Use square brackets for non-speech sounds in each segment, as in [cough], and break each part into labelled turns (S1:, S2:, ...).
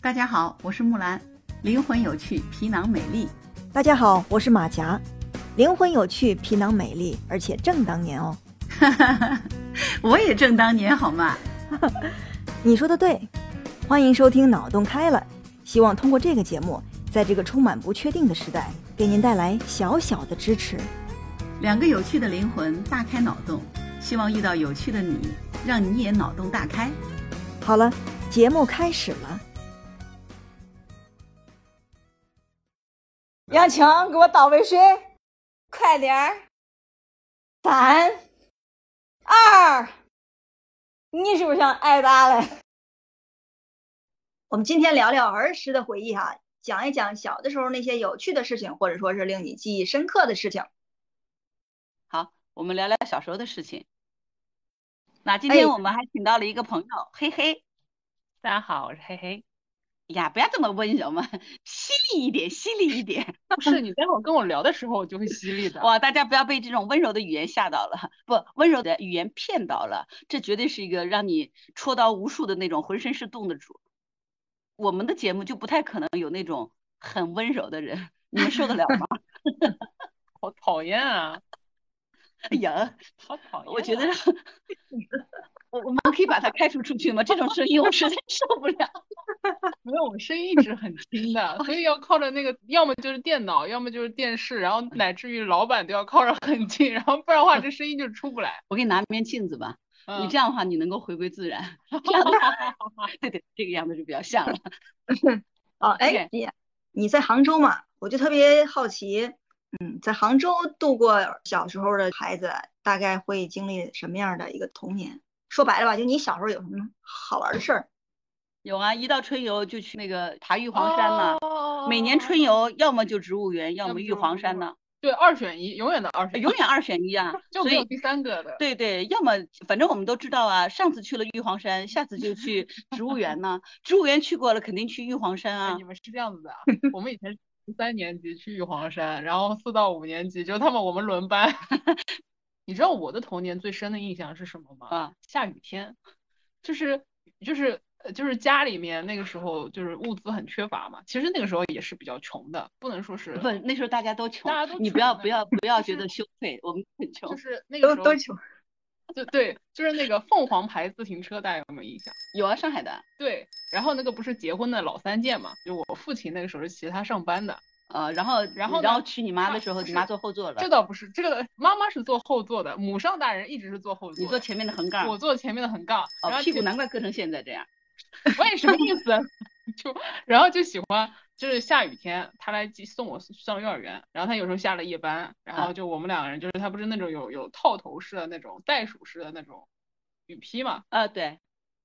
S1: 大家好，我是木兰，灵魂有趣，皮囊美丽。
S2: 大家好，我是马甲，灵魂有趣，皮囊美丽，而且正当年哦。
S1: 我也正当年好吗？
S2: 你说的对，欢迎收听《脑洞开了》，希望通过这个节目，在这个充满不确定的时代，给您带来小小的支持。
S1: 两个有趣的灵魂大开脑洞，希望遇到有趣的你，让你也脑洞大开。
S2: 好了，节目开始了。
S3: 杨晴，给我倒杯水，快点儿！三、二，你是不是想挨打嘞？
S4: 我们今天聊聊儿时的回忆哈、讲一讲小的时候那些有趣的事情，或者说是令你记忆深刻的事情。
S1: 我们聊聊小时候的事情。那今天
S4: 哎
S1: 我们还请到了一个朋友，嘿嘿
S5: 大家好，我是嘿嘿。
S1: 呀，不要这么温柔嘛，犀利一点，犀利一点。[laughs]
S5: 不是你待会儿跟我聊的时候，我就会犀利的。
S1: 哇，大家不要被这种温柔的语言吓到了，不，温柔的语言骗到了，这绝对是一个让你戳刀无数的那种浑身是洞的主。我们的节目就不太可能有那种很温柔的人，你们受得了吗？ [laughs]
S5: 好讨厌啊！
S1: 哎呀，
S5: 好讨厌啊！
S1: 我觉得 [laughs] 我我们可以把他开除出去吗？这种声音我实在受不了。 [laughs]
S5: 没有，我声音一直很轻的，所以要靠着那个，要么就是电脑，要么就是电视，然后乃至于老板都要靠着很近，然后不然的话这声音就出不来。
S1: 我给你拿面镜子吧， [laughs] 你
S5: 嗯
S1: 这样的话你能够回归自然。这样的话， [laughs] 对对，这个样子就比较像了。
S4: 啊，
S1: 对
S4: 哎，你你在杭州嘛？我就特别好奇，嗯，在杭州度过小时候的孩子，大概会经历什么样的一个童年？说白了吧，就你小时候有什么好玩的事儿？
S1: [laughs] 有啊，一到春游就去那个爬玉皇山了。
S5: 哦
S1: 每年春游要么就植物园，要
S5: 要
S1: 么
S5: 么
S1: 玉
S5: 就
S1: 皇
S5: 植
S1: 山
S5: 物
S1: 呢，
S5: 对二选一，永远的二选一，
S1: 永远二选一
S5: [laughs]。
S1: 啊
S5: 就
S1: 所
S5: 没有
S1: 以
S5: 第三个的。
S1: 对对，要么反正我们都知道啊，上次去了玉皇山，下次就去植物园
S5: [laughs]
S1: 呢。植物园去过了，肯定去玉皇山
S5: 啊，
S1: 啊
S5: 你。们是这样子的啊，我们以前是三年级去玉皇山，然后四到五年级就他们我们轮班。 [laughs] 你知道我的童年最深的印象是什么吗？
S1: 啊，
S5: 下雨天，就是就是呃就是家里面那个时候就是物资很缺乏嘛，其实那个时候也是比较穷的，不能说是
S1: 不，那时候大家都穷
S5: 大家都，
S1: 你不
S5: 穷
S1: 要
S5: 的
S1: 不要不要觉
S5: [laughs] 是
S1: 得羞愧，我们很穷
S5: 就。是那个
S4: 都
S5: 时候
S4: 都求
S5: 就对，就是那个凤凰牌自行车，大家有没有印象？
S1: 有啊，上海的，
S5: 对，然后那个不是结婚的老三件嘛，就我父亲那个时候是骑它上班的。
S1: 呃，然后
S5: 然后
S1: 然后
S5: 呢
S1: 娶你妈
S5: 啊
S1: 的时候，
S5: 不
S1: 你妈
S5: 是
S1: 坐后座了，
S5: 这倒不是，这个妈妈是坐后座的，母上大人一直是坐后座。
S1: 你坐前面的横杠，
S5: 我坐前面的横杠，然
S1: 哦，
S5: 后
S1: 屁
S5: 就
S1: 股难怪割成现在这样。
S5: 喂，什么意思？ [laughs] 就然后就喜欢，就是下雨天他来接送我上幼儿园，然后他有时候下了夜班，然
S1: 嗯
S5: 后就我们两个人就是他不是那种有有套头式的那种袋鼠式的那种雨披嘛，
S1: 啊，对。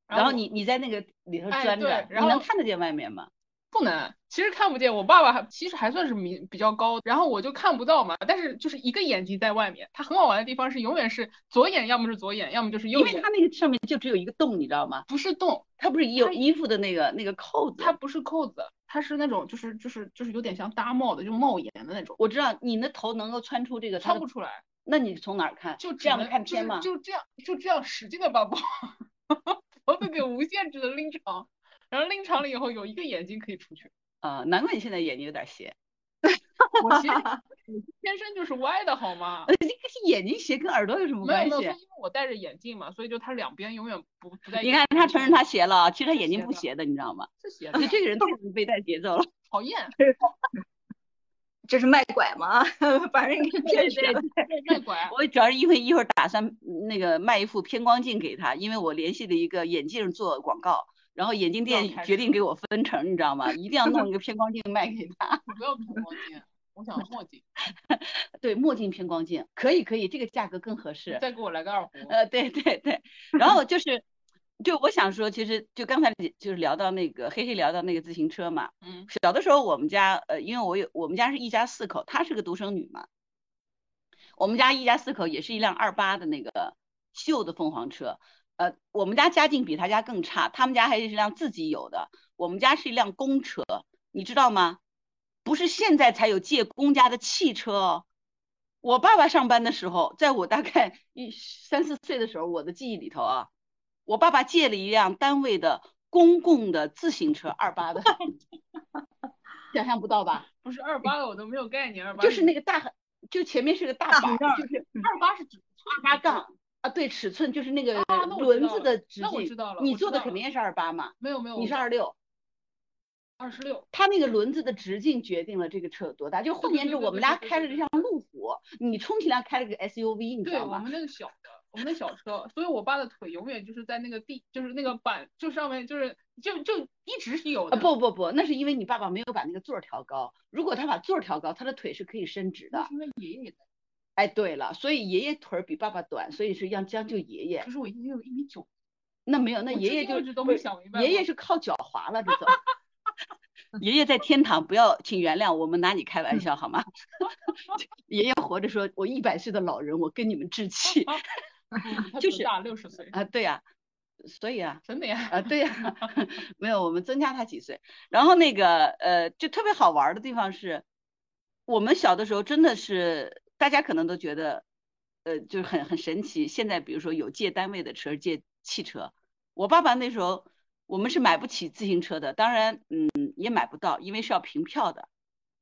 S1: 然
S5: 然
S1: 后
S5: 后
S1: 你你在那个里头
S5: 哎
S1: 钻
S5: 对
S1: 着，你
S5: 然
S1: 能
S5: 后
S1: 看得见外面吗？
S5: 不能，其实看不见。我爸爸还其实还算是明比较高，然后我就看不到嘛，但是就是一个眼睛在外面。他很好玩的地方是永远是左眼，要么是左眼，要么就是
S1: 因
S5: 右
S1: 为
S5: 眼
S1: 它，那个上面就只有一个洞，你知道吗？
S5: 不是动，
S1: 它不是有衣服的那个那个扣子，
S5: 它不是扣子，它是那种就是就是就是有点像搭帽的，就帽檐的那种，
S1: 我知道你的头能够穿出这个，它
S5: 穿
S1: 的
S5: 不出来，
S1: 那你从哪儿看？
S5: 就只
S1: 这样的
S5: 能
S1: 看
S5: 就
S1: 片
S5: 是
S1: 吗？
S5: 就这样就这样使劲的把脖 [laughs] 脖子给无限制的拎长，然后拎长了以后有一个眼睛可以出去。
S1: 啊，难怪你现在眼睛有点斜，
S5: 我
S1: [laughs]
S5: 其实我天生就是歪的好吗？
S1: 但是眼睛哎斜跟耳朵有什么
S5: 没
S1: 关
S5: 有没有，
S1: 系
S5: 是因？为我戴着眼镜嘛，所以就它两边永远不不在一
S1: 你
S5: 个
S1: 看
S5: 地
S1: 他
S5: 方。
S1: 承认他斜了，其实他
S5: 是
S1: 眼睛
S5: 斜
S1: 不
S5: 的
S1: 斜的，你知道
S5: [laughs]
S1: 吗？
S5: 是斜的
S1: 就
S5: 呀，
S1: 这个人太容易被带节奏
S5: [laughs]
S1: 了。
S5: 讨
S1: [laughs]
S5: 厌，
S4: 这是卖拐吗？ [laughs] 把人给
S1: [laughs]
S4: 骗去了。
S5: 卖拐。
S1: 我主要是因为一会儿打算那个卖一副偏光镜给他，因为我联系了一个眼镜做广告，然后眼镜
S5: 又要
S1: 店
S5: 开
S1: 决
S5: 始
S1: 定给我分成，你知道吗？一定要弄一个偏 [laughs] 光镜卖给他。
S5: 你不要偏光镜，
S1: [laughs]
S5: 我想墨镜，
S1: 对，墨镜偏光镜可以可以，这个价格更合适。
S5: 再给我来个二胡。
S1: 呃，对对对，然后就是，就我想说，其实就刚才就是聊到那个黑黑聊到那个自行车嘛，
S5: 嗯，
S1: 小的时候我们家呃，因为我有我们家是一家四口，她是个独生女嘛，我们家一家四口也是一辆二八的那个旧的凤凰车，呃，我们家家境比她家更差，他们家还是一辆自己有的，我们家是一辆公车，你知道吗？不是现在才有借公家的汽车哦。我爸爸上班的时候，在我大概一三四岁的时候，我的记忆里头啊，我爸爸借了一辆单位的公共的自行车二八
S5: [laughs]
S1: 的，想象不到吧？
S5: 不是二八的我都没有概念，二八
S1: 就是那个大横，就前面是个大
S4: 大
S1: 板儿，
S4: 横杠
S1: 就是
S5: 二八是指
S1: 二八杠啊，对，尺寸就是那个
S5: 啊那我知
S1: 轮
S5: 道
S1: 子
S5: 了
S1: 的直
S5: 那我知
S1: 径
S5: 道了。
S1: 你
S5: 我知
S1: 做的
S5: 道
S1: 肯
S5: 了
S1: 定是二八嘛，
S5: 没有没有，
S1: 你
S5: 我
S1: 是二六，
S5: 二十六，
S1: 它那个轮子的直径决定了这个车有多大。就换
S5: 对
S1: 言
S5: 对
S1: 之，
S5: 对
S1: 我们
S5: 对对
S1: 俩
S5: 对
S1: 开
S5: 对
S1: 了这辆路虎，你充其量开了个 SUV，你知
S5: 对
S1: 道
S5: 我
S1: 吗？
S5: 们那
S1: [laughs]
S5: 个小的，我们那小车，所以我爸的腿永远就是在那个地，就是那个板，就上面就是就就一直是有
S1: 啊
S5: 的。
S1: 不不不，那是因为你爸爸没有把那个座儿调高。如果他把座儿调高，他的腿是可以伸直
S5: 那
S1: 的
S5: 是。因为爷爷的，
S1: 哎，对了，所以爷爷腿儿比爸爸短，所以是要将就爷爷
S5: 可。是我爷爷有一米九，
S1: 那没有，那
S5: 嗯我
S1: 爷
S5: 至
S1: 爷
S5: 今
S1: 就
S5: 为止都
S1: 不
S5: 没
S1: 是
S5: 想明白
S1: 爷爷
S5: 过
S1: 是靠脚滑了这种。 [laughs] 爷爷在天堂，不要，请原谅我们拿你开玩笑好吗？ [laughs] 爷爷活着说，我一百岁的老人，我跟你们置气
S5: 嗯他
S1: 就
S5: 多
S1: 是
S5: 大六十岁，
S1: 啊，对呀、所以啊，
S5: 真的
S1: [laughs]
S5: 呀，
S1: 啊，对呀、没有，我们增加他几岁。然后那个呃，就特别好玩儿的地方是，我们小的时候真的是大家可能都觉得，呃，就是很很神奇。现在比如说有借单位的车，借汽车，我爸爸那时候我们是买不起自行车的，当然嗯也买不到，因为是要凭票的。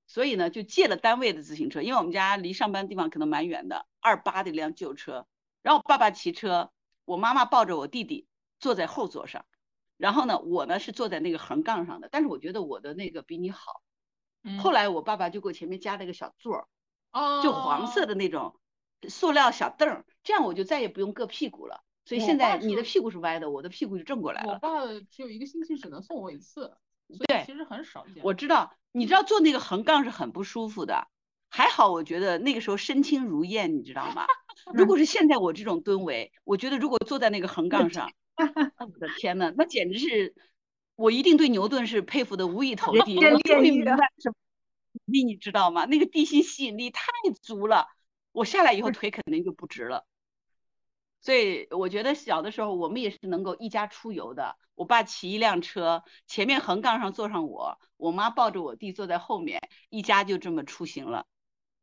S1: 所以呢，就借了单位的自行车，因为我们家离上班地方可能蛮远的，二八的一辆旧车，然后我爸爸骑车，我妈妈抱着我弟弟坐在后座上，然后呢，我呢是坐在那个横杠上的，但是我觉得我的那个比你好。嗯后
S5: 来
S1: 来我爸爸就给我前面加了一个小座儿，就
S5: 就
S1: 黄色的那种塑料小凳儿，这样我就再也不用硌屁股了。所以
S5: 我
S1: 现
S5: 爸
S1: 在你的
S5: 是
S1: 屁股是歪的，我的屁股就正过来
S5: 哦我
S1: 了。
S5: 爸只有一个星期只能送我一次，所
S1: 对
S5: 以其实很少见。
S1: 我知道，你知道坐那个横杠是很不舒服的，还好我觉得那个时候身轻如燕，你知道
S5: [laughs]
S1: 吗？如
S5: 嗯
S1: 果是现在我这种吨位，我觉得如果坐在那个横杠
S5: [laughs]
S1: 上，我的天呐，那简直是，我一定对牛顿是佩服的无以头
S4: 人
S1: 地。
S4: 间
S1: 我终于
S4: 炼
S1: 明
S4: 狱啊
S1: 白什么力，你知道吗？那个地心吸引力太足了，我下来以后腿肯定就不直了。所以我觉得小的时候我们也是能够一家出游的。我爸骑一辆车，前面横杠上坐上我，我妈抱着我弟坐在后面，一家就这么出行了。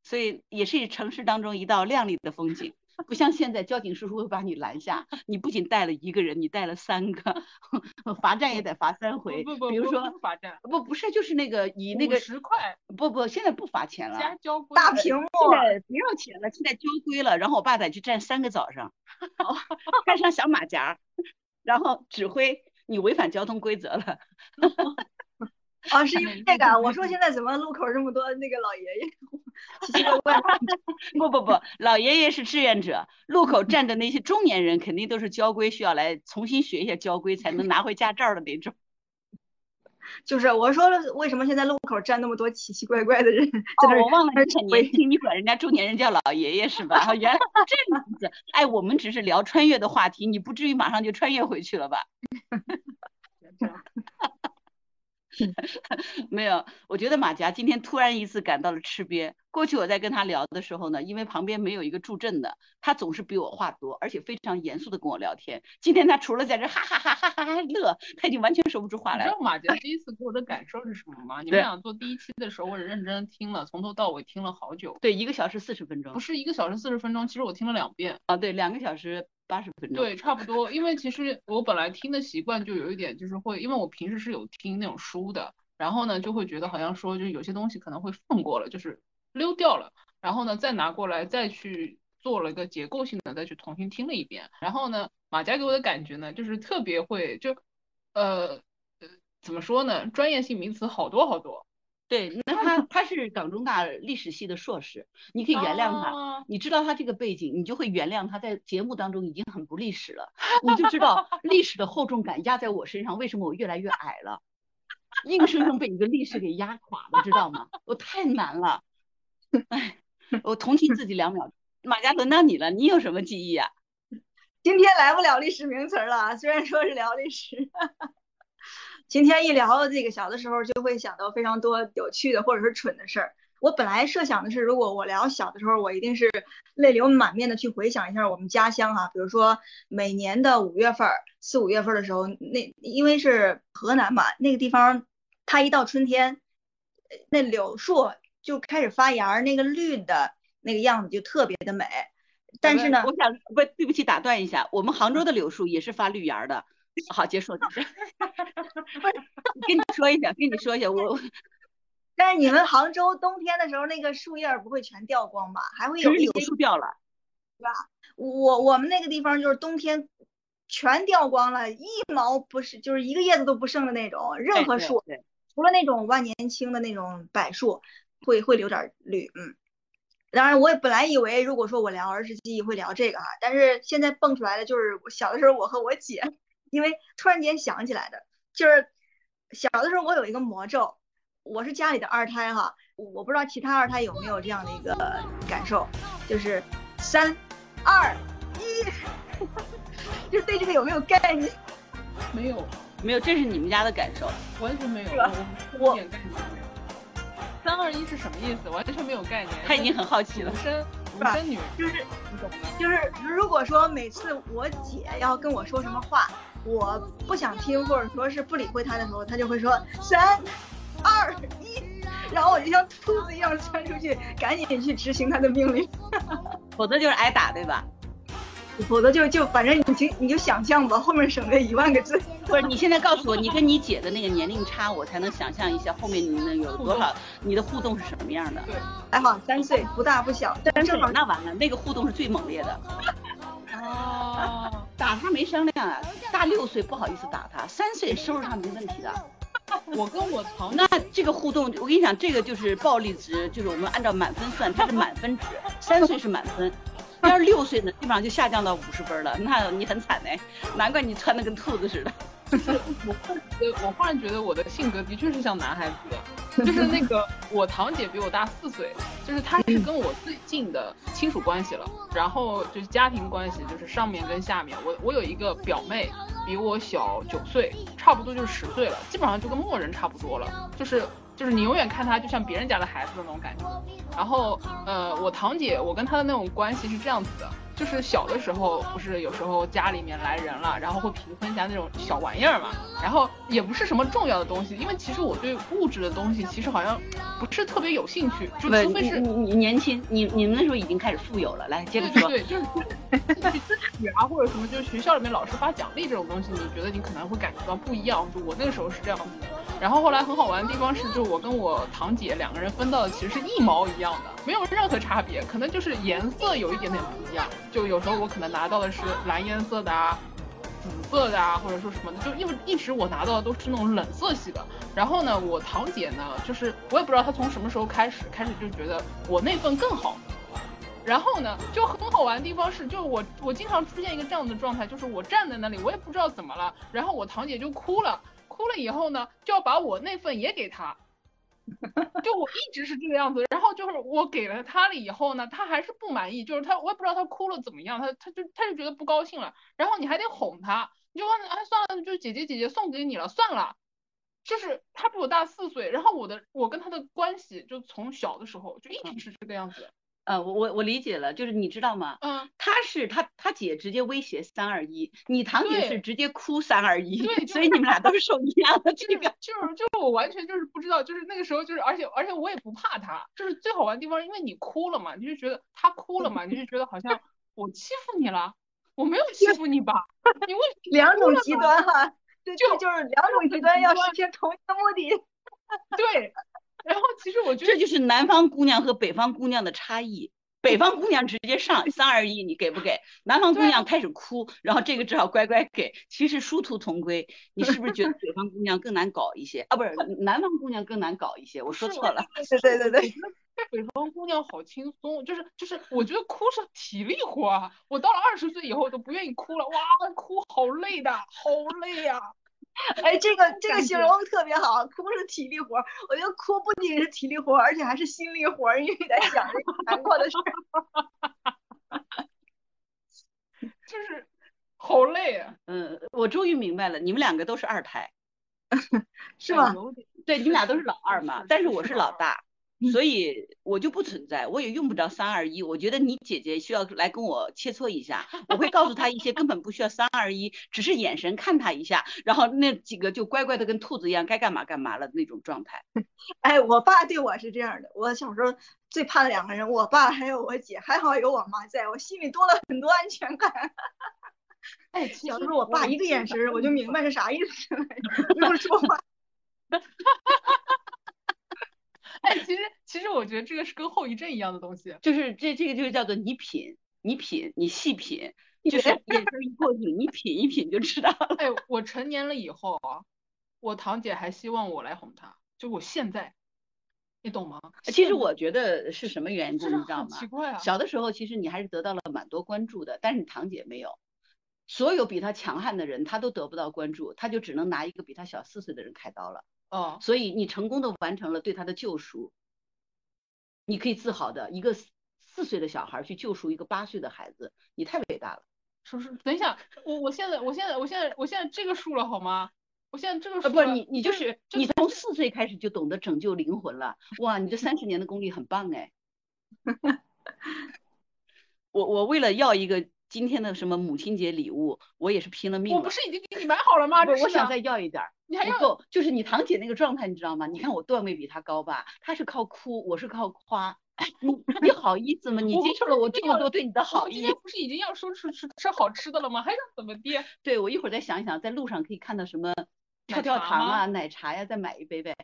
S1: 所以也是城市当中一道亮丽的风景，不像现在交警叔叔会把你拦下，你不仅带了一个人，你带了三个， [laughs] 罚站也得罚三
S5: 不
S1: 回。
S5: 不不，
S1: 比如
S5: 不
S1: 说
S5: 不罚站，
S1: 不不是就是那个以那个
S5: 十块
S1: 不不现在不罚钱了，
S5: 加交规
S4: 大
S5: 了
S4: 屏幕，
S1: 现在不要钱了，现在交规了。然后我爸得去站三个早上，穿上小马甲儿，然后指挥你违反交通规则了。
S4: 啊，是
S1: 嗯
S4: 因为这个啊。我说现在怎么路口这么多那个老爷爷， [laughs] 奇奇怪怪。
S1: 不不不，老爷爷是志愿者，路口站着那些中年人肯定都是交规，需要来重新学一下交规才能拿回驾照的那种。
S4: 就是我说了，为什么现在路口站那么多奇奇怪怪的人在
S1: 哦
S4: 那儿，
S1: 我忘了
S4: 在
S1: 你
S4: 这
S1: 很
S4: 回
S1: 年轻，你管人家中年人叫老爷爷是吧？啊原来是这样子。哎，我们只是聊穿越的话题，你不至于马上就穿越回去了吧？[laughs]
S5: 这样
S1: 没有，我觉得马甲今天突然一次感到了吃瘪。过去我在跟他聊的时候呢，因为旁边没有一个助阵的，他总是比我话多，而且非常严肃的跟我聊天。今天他除了在这哈哈哈哈哈哈乐，他已经完全说不出话
S5: 你
S1: 来
S5: 知
S1: 了。
S5: 道
S1: [laughs]
S5: 马杰第一次给我的感受是什么吗？你
S1: 对
S5: 们俩做第一期的时候，我认真听了，从头到尾听了好久，
S1: 对，一个小时四十分钟
S5: 不，是一个小时四十分钟，其实我听了两遍。
S1: 啊，对，两个小时八十分钟。
S5: 对，差不多。因为其实我本来听的习惯就有一点，就是会，因为我平时是有听那种书的，然后呢就会觉得好像说，就有些东西可能会放过了，就是溜掉了，然后呢再拿过来再去做了一个结构性的，再去重新听了一遍。然后呢，马甲给我的感觉呢，就是特别会，就呃呃怎么说呢，专业性名词好多好多。
S1: 对，那他他是港中大历史系的硕士，你可以原谅他。
S5: 啊
S1: 你知道他这个背景，你就会原谅他在节目当中已经很不历史了，你就知
S4: [laughs]
S1: 道历史的厚重感压在我身上，为什么我越来越矮了，硬生生被一个历史给压垮了，知道吗？我太难了，哎，我同情自己两秒。马甲轮到你了，你有什么记忆啊？
S4: 今天来不了历史名词儿了啊， [laughs] 虽然说是聊历史。 [laughs] 今天一聊这个，小的时候就会想到非常多有趣的或者是蠢的事儿。我本来设想的是，如果我聊小的时候，我一定是泪流满面的去回想一下我们家乡哈、比如说每年的五月份儿、四五月份儿的时候，那因为是河南嘛，那个地方它一到春天，呃那柳树就开始发芽儿，那个绿的那个样子就特别的美。但是呢，
S1: 我想不，对不起，打断一下，我们杭州的柳树也是发绿芽儿的，好，结束了。结束了跟你说一下，跟你说一下，
S4: [laughs]
S1: 我
S4: 但是你们杭州冬天的时候，那个树叶儿不会全掉光吧？还会
S1: 只
S4: 有
S1: 是
S4: 一
S1: 有
S4: 些
S1: 树掉了，
S4: 我我们那个地方就是冬天全掉光了，一毛不是，就是一个叶子都不剩的那种，任何
S1: 哎对
S4: 树，
S1: 对
S4: 除了那种万年青的那种柏树，会会留点儿绿，嗯。当然，我也本来以为，如果说我聊儿时记忆会聊这个哈，但是现在蹦出来的就是我小的时候我和我姐，因为突然间想起来的，就是小的时候我有一个魔咒，我是家里的二胎哈，我我不知道其他二胎有没有这样的一个感受，就是三二一， [laughs] 就是对这个有没有概念？
S5: 没有，
S1: 没有，这是你们家的感受。
S5: 完全没有，
S4: 是吧
S5: 我我一点概念都没有。三二一是什么意思？完全没有概念。
S1: 他已经很好奇了
S5: 独。生独
S4: 吧
S5: 生女，
S4: 就是
S5: 你懂的。
S4: 就是，如果说每次我姐要跟我说什么话，我不想听或者说是不理会她的时候，她就会说三二一，然后我就像秃子一样窜出去，赶紧去执行她的命令，
S1: 否则就是挨打，对 [laughs] 吧？
S4: 否则就就反正你就你就想象吧，后面省略一万个字。
S1: 不是，你现在告诉我，你跟你姐的那个年龄差，我才能想象一下后面你们有多少，你的互动是什么样的。
S4: 还好三岁，不大不小，但
S1: 但
S4: 是
S1: 是
S4: 正好
S1: 那完了，那个互动是最猛烈的，
S5: 哦，
S1: 打他没商量啊。大六岁不好意思打他，三岁收拾他没问题的。
S5: 我跟我堂
S1: 那这个互动，我跟你讲，这个就是暴力值，就是我们按照满分算，它是满 [laughs] 分值，三岁是满分。要是六岁呢，基本上就下降到五十分了，那你很惨哎，难怪你穿的跟兔子似的。
S5: 我忽然觉得，我忽然觉得我的性格的确是像男孩子的，就是那个我堂姐比我大四岁，就是她是跟我最近的亲属关系了，然后就是家庭关系，就是上面跟下面。我我有一个表妹，比我小九岁，差不多就是十岁了，基本上就跟陌人差不多了，就是就是你永远看她就像别人家的孩子的那种感觉。然后呃，我堂姐，我跟她的那种关系是这样子的。就是小的时候，不是有时候家里面来人了，然后会平分一下那种小玩意儿嘛，然后也不是什么重要的东西，因为其实我对物质的东西其实好像不是特别有兴趣，就除非
S1: 你
S5: 是
S1: 你你年轻，你你们那时候已经开始富有了，来接着
S5: 对
S1: 说。
S5: 对对，就是就是争取啊，或者什么，就是学校里面老师发奖励这种东西，你觉得你可能会感觉到不一样。就我那个时候是这样子的。然后后来很好玩的地方是，就是我跟我堂姐两个人分到的其实是一毛一样的，没有任何差别，可能就是颜色有一点点不一样。就有时候我可能拿到的是蓝颜色的啊。紫色的啊，或者说什么的，就因为一直我拿到的都是那种冷色系的，然后呢，我堂姐呢，就是我也不知道她从什么时候开始，开始就觉得我那份更好。然后呢，就很好玩的地方是，就是我我经常出现一个这样的状态，就是我站在那里，我也不知道怎么了，然后我堂姐就哭了，哭了以后呢，就要把我那份也给她。就我一直是这个样子，然后就是我给了她了以后呢，她还是不满意，就是她我也不知道她哭了怎么样，她她就她就觉得不高兴了，然后你还得哄她，你就问她，哎算了，就姐姐姐姐送给你了，算了，就是她比我大四岁，然后我的我跟她的关系就从小的时候就一直是这个样子，
S1: 呃，我我我理解了，就是你知道吗？
S5: 嗯，
S1: 他是他他姐直接威胁三二一，你堂姐
S5: 对
S1: 是直接哭三二一 [laughs]
S5: 对，就
S1: 所以你们俩都是受一样的
S5: 就是
S1: 这个。
S5: 就是就是我完全就是不知道，就是那个时候就是，而且而且我也不怕他，就是最好玩的地方，因为你哭了嘛，你就觉得他哭了嘛，你就觉得
S1: [laughs]
S5: 好像我欺负你了，我没有欺负你吧？你为什么
S4: 两
S5: 哭
S4: 种
S5: 了
S4: 极
S5: 嘛
S4: 端哈，对，
S5: 就
S4: 这就是两种极端要实现同一个目的。 [laughs]
S1: [laughs]
S5: 对，然后其实我觉
S1: 这
S5: 得
S1: 就是南方姑娘和北方姑娘的差异。北方姑娘直接上三二一，你给不给？南方姑
S5: 对啊
S1: 娘开始哭，然后这个只好乖乖给。其实殊途同归，你是不是觉得北方姑娘更难搞一些啊？不
S5: [laughs]
S1: 是，南方姑娘更难搞一些，我说
S5: 是
S1: 错了。
S4: 对对对对，
S5: 北方姑娘好轻松，就是就是，我觉得哭是体力活啊。我到了二十岁以后，我都不愿意哭了，哇，哭好累的，好累呀、
S4: 哎， [laughs] 这个这个
S5: 感
S4: 形
S5: 觉
S4: 容特别好，哭是体力活儿，我觉得哭不仅是体力活儿，而且还是心力活儿，因为你在想 [laughs] 这个难过的事儿。
S5: 就是好累、啊，
S1: 嗯，我终于明白了，你们两个都是二胎，
S4: 是
S5: 哎
S4: 吧？
S5: 有点
S1: 对，你们俩都是老二嘛，但是我是老
S5: 二
S1: 大，所以我就不存在，我也用不着三二一。我觉得你姐姐需要来跟我切磋一下，我会告诉她一些根本不需要三二一，只是眼神看她一下，然后那几个就乖乖的跟兔子一样，该干嘛干嘛了那种状态。
S4: 哎，我爸对我是这样的，我小时候最怕的两个人，我爸还有我姐，还好有我妈在，我心里多了很多安全感。
S5: 哎，其
S4: 小
S5: 实
S4: 时候我爸一个眼神儿，我就明白是啥意思了， [laughs] 不用说话。
S5: 哎，其实其实我觉得这个是跟后遗症一样的东西。
S1: 就是这这个就是叫做你品，你品，你细品，就是眼神一过去，你品一品就知道 [laughs] 了。
S5: 哎，我成年了以后啊，我堂姐还希望我来哄她，就我现在，你懂吗？
S1: 其实我觉得是什么缘故，
S5: 真
S1: 你
S5: 的
S1: 知道
S5: 很
S1: 吗
S5: 奇？怪啊。
S1: 小的时候其实你还是得到了蛮多关注的，但是你堂姐没有。所有比她强悍的人，她都得不到关注，她就只能拿一个比她小四岁的人开刀了。
S5: 哦，
S1: 所以你成功的完成了对他的救赎，你可以自豪的一个四四岁的小孩去救赎一个八岁的孩子，你太伟大了。
S5: 说是等一下，我我现在我现在我现在我现在这个数了好吗？我现在这个数
S1: 呃，不，
S5: 了
S1: 你你就
S5: 这
S1: 是
S5: 这
S1: 你从四岁开始就懂得拯救灵魂了，哇，你这三十年的功力很棒 [laughs] 哎。我我为了要一个今天的什么母亲节礼物，我也是拼了命
S5: 我
S1: 了。
S5: 不是已经给你买好了吗？
S1: 不
S5: 这
S1: 是我
S5: 是
S1: 想
S5: 啊
S1: 再要一点儿，
S5: 你还
S1: 不
S5: 要
S1: 够，就是你堂姐那个状态，你知道吗？你看我段位比她高吧，她是靠哭，我是靠 [laughs] 夸。你你好意思吗？你
S5: 我
S1: 接
S5: 不
S1: 受
S5: 是
S1: 了我
S5: 这
S1: 这么
S5: 样
S1: 多对你的
S5: 我
S1: 好
S5: 今
S1: 意
S5: 天，不是已经要说吃吃吃好吃的了吗？还想怎
S1: [laughs]
S5: 么地？
S1: 对我一会儿再想一想，在路上可以看到什么跳
S5: 奶
S1: 跳
S5: 茶
S1: 糖
S5: 吗
S1: 啊、奶茶呀，再买一杯 [laughs] 呗。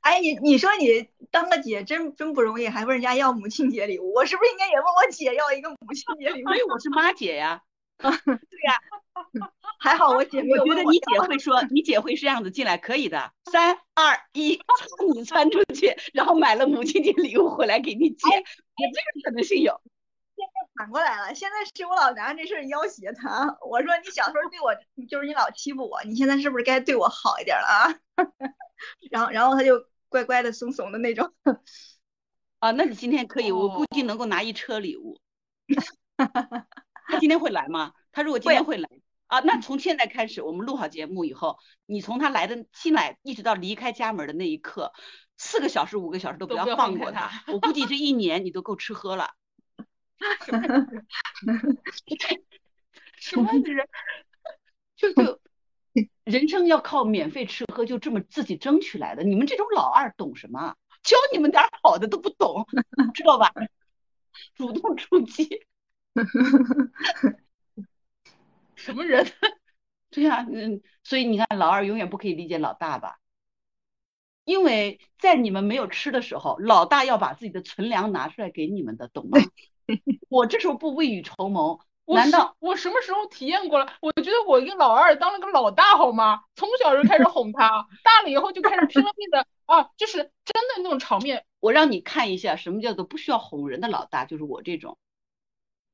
S4: 哎，你你说你当个姐真真不容易，还问人家要母亲节礼物，我是不是应该也问我姐要一个母亲节礼物
S1: 所？以我是妈姐 [laughs] 呀，
S4: 还好我姐没
S1: 我
S4: 有
S1: 觉
S4: 问
S1: 得
S4: 我
S1: 你姐会说，你姐会这样子进来，可以的。三二一， [laughs] 从你窜出去，然后买了母亲节礼物回来给你姐，我这个可能性有。
S4: 反过来了，现在是我老拿这事儿要挟她。我说你小时候对我，就是你老欺负我，你现在是不是该对我好一点了啊？ [laughs] 然后，然后她就乖乖的、怂怂的那种。
S1: 啊，那你今天可以，我估计
S5: 哦
S1: 能够拿一车礼 [laughs] 物。他今天会来吗？他如果今天会来啊，那从现在开始，我们录好节目以后，你从他来的进来一直到离开家门的那一刻，四个小时、五个小时都不
S5: 都
S1: 要
S5: 不要
S1: 放
S5: 放
S1: 过
S5: 过
S1: 他。我估计这一年你都够吃喝 [laughs] 了。
S5: 什么人？
S1: 就 [laughs] 就人生要靠免费吃喝，就这么自己争取来的。你们这种老二懂什么啊？教你们点儿好的都不懂，知道吧？主动出 [laughs] 击，
S5: 什么人？
S1: [laughs] 对呀、嗯，所以你看老二永远不可以理解老大吧？因为在你们没有吃的时候，老大要把自己的存粮拿出来给你们的，
S5: [laughs]
S1: 懂吗？我这时候不未雨绸缪，
S5: 我
S1: 难
S5: 什
S1: 道
S5: 我什么时候体验过了？我觉得我一个老二当了个老大好吗？从小就开始哄他， [laughs] 大了以后就开始拼了命的啊，就是真的那种场面。
S1: 我让你看一下什么叫做不需要哄人的老大，就是我这种。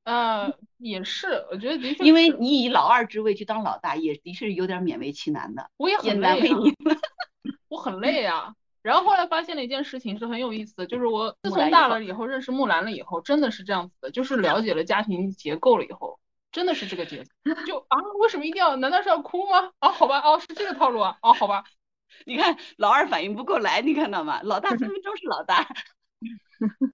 S5: 呃，也是，我觉得的确是，
S1: 嗯因为你以老二之位去当老大，也的确是有点勉为其难的，
S5: 我也
S1: 也
S5: 很
S1: 难
S5: 累
S1: 为
S5: 啊，
S1: 你。
S5: 我很累啊。然后后来发现了一件事情是很有意思的，就是我自
S1: 木
S5: 从
S1: 兰以后
S5: 大了以后认识木兰了以后，真的是这样子的，就是了解了家庭结构了以后，真的是这个节奏。就啊，为什么一定要？难道是要哭吗？啊，好吧，哦，是这个套路啊，哦，好吧，
S1: 你看老二反应不过来，你看到吗？老大分分钟是老
S5: [laughs]
S1: 大。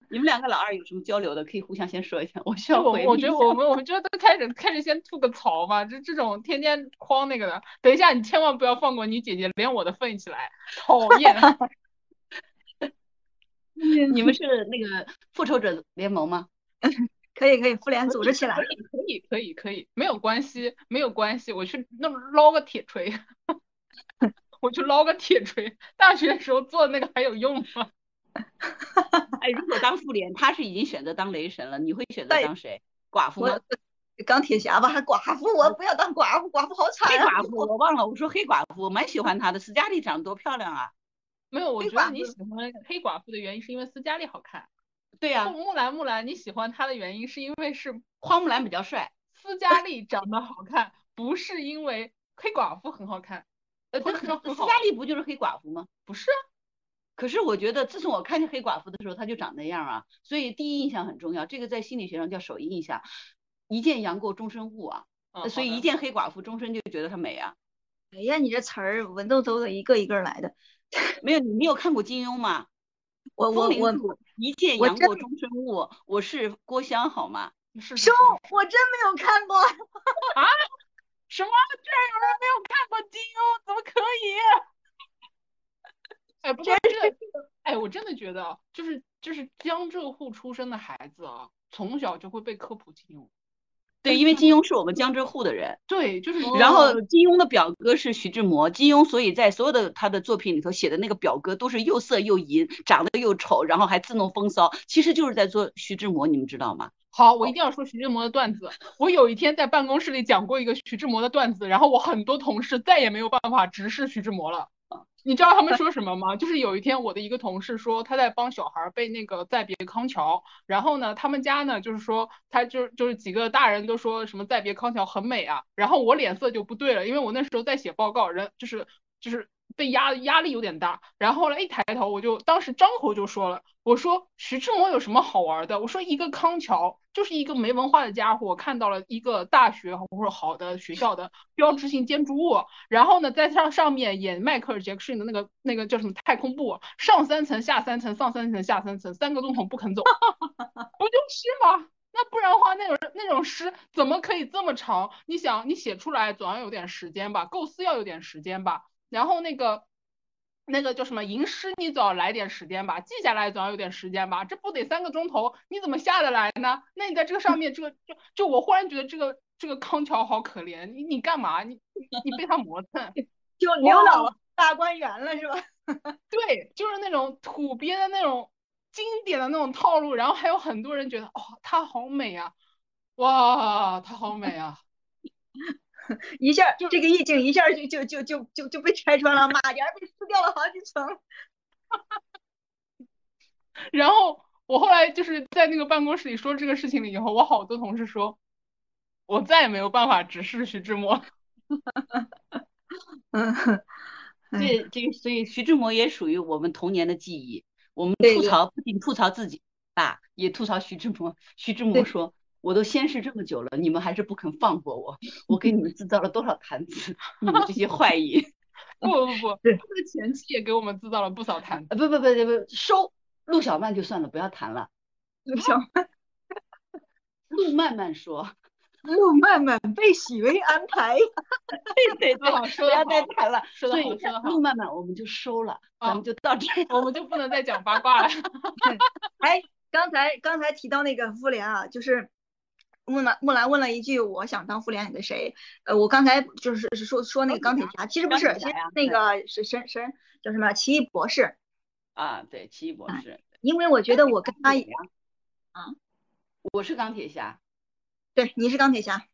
S1: 你们两个老二有什么交流的，可以互相先说一下。我需
S5: 就
S1: 要
S5: 哎我
S1: 回忆
S5: 我
S1: 一
S5: 觉得
S1: 下
S5: 我们我们觉得开始开始先吐个槽嘛，就这种天天框那个的，等一下你千万不要放过你姐姐，连我的份一起来，讨
S1: [laughs]
S5: 厌。
S1: 你们是那个复仇者联盟吗？
S4: 可以，可以，妇联组织起来
S5: 可。以可以可以可以，没有关系没有关系，我去弄捞个铁锤， [laughs] 我去捞个铁锤。大学的时候做的那个还有用吗？
S1: 哎，如果当妇联，他是已经选择当雷神了，你会选择
S4: 对
S1: 当谁？寡妇吗
S4: [laughs] 我？钢铁侠吧，寡妇，我不要当寡妇，寡妇好
S1: 黑
S4: 惨啊！
S1: 寡妇，我忘了，我说黑寡妇，我蛮喜欢她的，斯嘉丽长得多漂亮啊！
S5: 没有，我
S4: 黑
S5: 觉得
S4: 寡
S5: 你
S4: 妇
S5: 喜
S1: [laughs]
S5: 欢黑寡妇的原因是因为斯嘉丽好看。
S1: 对啊呀、
S5: 木木兰木兰，你喜欢她的原因是因为是
S1: 花木兰比较帅，
S5: 斯嘉丽长得好看，不是因为黑寡妇很好看。
S1: 呃，
S5: 花
S1: 对
S5: 木兰很
S1: 斯
S5: 好
S1: 嘉丽不就是黑寡妇吗？
S5: 不是啊，
S1: 可是我觉得，自从我看见黑寡妇的时候，她就长那样啊，所以第一印象很重要。这个在心理学上叫首一印象，一见杨过终身误啊。
S5: 嗯
S1: 所
S5: 好
S1: 以
S5: 的
S1: 一见黑寡妇，终身就觉得她美啊。
S4: 哎呀，你这词儿文绉绉的，一个一个来的。
S1: 没有，你没有看过金庸吗？
S4: 我我
S1: 风铃
S4: 我
S1: 子一见
S4: 我
S1: 杨
S4: 真
S1: 过终身误，我是郭襄好吗？
S5: 是是
S4: 收，我真没有看过。
S5: 什么？居然有人没有看过金庸，怎么可以？ [laughs] 哎，不过这个，哎，我真的觉得，啊就是就是江浙沪出生的孩子啊，从小就会被科普金庸，
S1: 对，因为金庸是我们哦江浙沪的人，
S5: 对，就是
S1: 然后金庸的表哥是徐志摩，金庸所以在所有的他的作品里头写的那个表哥都是又色又淫，长得又丑，然后还自弄风骚，其实就是在做徐志摩，你们知道吗？
S5: 好，我一定要说徐志摩的段子。我有一天在办公室里讲过一个徐志摩的段子，然后我很多同事再也没有办法直视徐志摩了。你知道他们说什么吗？就是有一天，我的一个同事说他在帮小孩背那个《再别康桥》，然后呢，他们家呢就是说他就是就是几个大人都说什么《再别康桥》很美啊，然后我脸色就不对了，因为我那时候在写报告，人就是就是被压压力有点大，然后后来一抬头，我就当时张口就说了，我说徐志摩有什么好玩的？我说一个康桥就是一个没文化的家伙看到了一个大学或者好的学校的标志性建筑物。然后呢，在上上面演迈克尔·杰克逊的那个那个叫什么太空步，上三层下三层，上三层下三层，三个总统不肯走，不就是吗？那不然的话，那种那种诗怎么可以这么长？你想，你写出来总要有点时间吧，构思要有点时间吧，然后那个。那个叫什么吟诗，你总要来点时间吧，记下来总要有点时间吧，这不得三个钟头，你怎么下得来呢？那你在这个上面，这个就就我忽然觉得这个这个康桥好可怜，你你干嘛？你你被他磨蹭，
S4: 就溜到大观园了是吧？
S5: 对，就是那种土鳖的那种经典的那种套路，然后还有很多人觉得哦，她好美啊，哇，她好美啊。
S4: [laughs] 一下，这个意境一下就就就就就就被拆穿了，马甲被撕掉了好几层。
S5: 然后我后来就是在那个办公室里说这个事情了以后，我好多同事说，我再也没有办法直视徐志摩。 [laughs]
S4: 嗯，哎
S1: 这这个，所以徐志摩也属于我们童年的记忆。我们
S4: 对
S1: 吐槽不仅吐槽自己吧，也吐槽徐志摩。徐志摩
S4: 对
S1: 说：“我都先逝这么久了，你们还是不肯放过我，我给你
S4: 嗯
S1: 们制造了多少谈资，你们这些
S4: [laughs]
S1: 坏意！
S5: 不不不，
S4: 对
S5: 他的前妻也给我们制造了不少谈资。
S1: 啊，不不不不不，收陆小曼就算了，不要谈了。
S4: 陆小
S1: [laughs] 陆曼曼说，
S4: 陆曼曼被许巍安排，
S1: 对对
S5: 说得 [laughs] 好，
S1: 不
S5: 啊说的
S1: 要
S5: 好，
S1: 再谈了。
S5: 说
S1: 所
S5: 的
S1: 以
S5: 好，说的好
S1: 陆，曼曼我们就收了，咱
S5: 啊
S1: 们就到这儿。
S5: 我们就不能再讲八卦了。 [laughs]
S4: 哎，刚才刚才提到那个复联啊，就是木兰木兰问了一句：“我想当复联里的谁？”呃，我刚才就是是说说那个钢铁侠，其实不是，
S1: 钢
S4: 其
S1: 铁
S4: 实
S1: 侠呀
S4: 那个是神神叫什么奇异博士，
S1: 啊，对，奇异博士，
S4: 因为我觉得我跟他
S1: 一样。
S4: 啊，
S1: 我是钢铁侠，
S4: 对你是钢铁侠，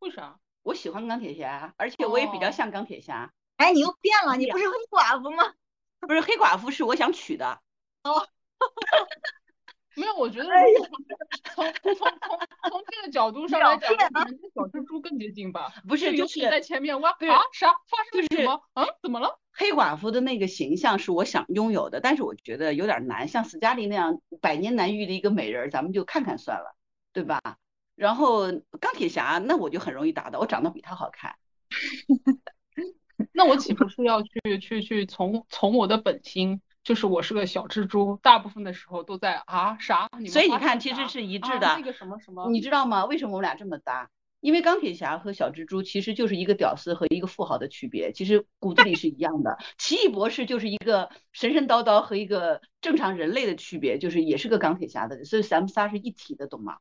S5: 为啥？
S1: 我喜欢钢铁侠，而且我也比较
S5: 哦
S1: 像钢铁侠。
S4: 哎，你又变了，
S1: 哎
S4: 你
S1: 呀
S4: 不是黑寡妇吗？
S1: 不是黑寡妇是我想娶的，
S5: 没有，我觉得
S1: 哎
S5: 如果从从从从从这个角度上来讲，
S4: 表
S5: 可能跟小蜘蛛更接近吧。
S1: 啊不是
S5: 尤
S1: 就
S5: 其
S1: 是
S5: 在前面哇
S1: 对
S5: 啊啥发生了什么？嗯，怎么了？
S1: 黑寡妇的那个形象是我想拥有的，但是我觉得有点难，像斯嘉丽那样百年难遇的一个美人儿，咱们就看看算了，对吧？然后钢铁侠那我就很容易达到，我长得比他好看。
S5: 那我岂不是要去去去从从我的本心，就是我是个小蜘蛛，大部分的时候都在啊啥？们
S1: 所以你
S5: 发生
S1: 看
S5: 了
S1: 其实
S5: 啥
S1: 是一
S5: 啊
S1: 致的
S5: 那个什么什么，
S1: 你知道吗？为什么我们俩这么搭？因为钢铁侠和小蜘蛛其实就是一个屌丝和一个富豪的区别，其实骨子里是一样的。奇异博士就是一个神神叨叨和一个正常人类的区别，就是也是个钢铁侠的，所以咱们仨是一体的，懂吗？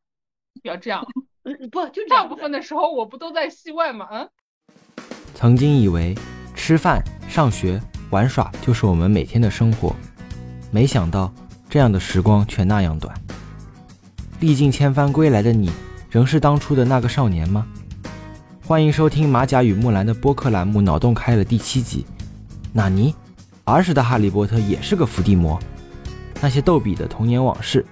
S5: 不要这样。
S1: 嗯，不，就这
S5: 大
S1: 样
S5: 部
S1: 子
S5: 分的时候我不都在戏外吗？嗯，
S6: 曾经以为吃饭、上学、玩耍就是我们每天的生活，没想到这样的时光却那样短。历尽千帆归来的你，仍是当初的那个少年吗？欢迎收听马甲与木兰的播客栏目《脑洞开了》第七集。纳尼？儿时的哈利波特也是个伏地魔。那些逗比的童年往事，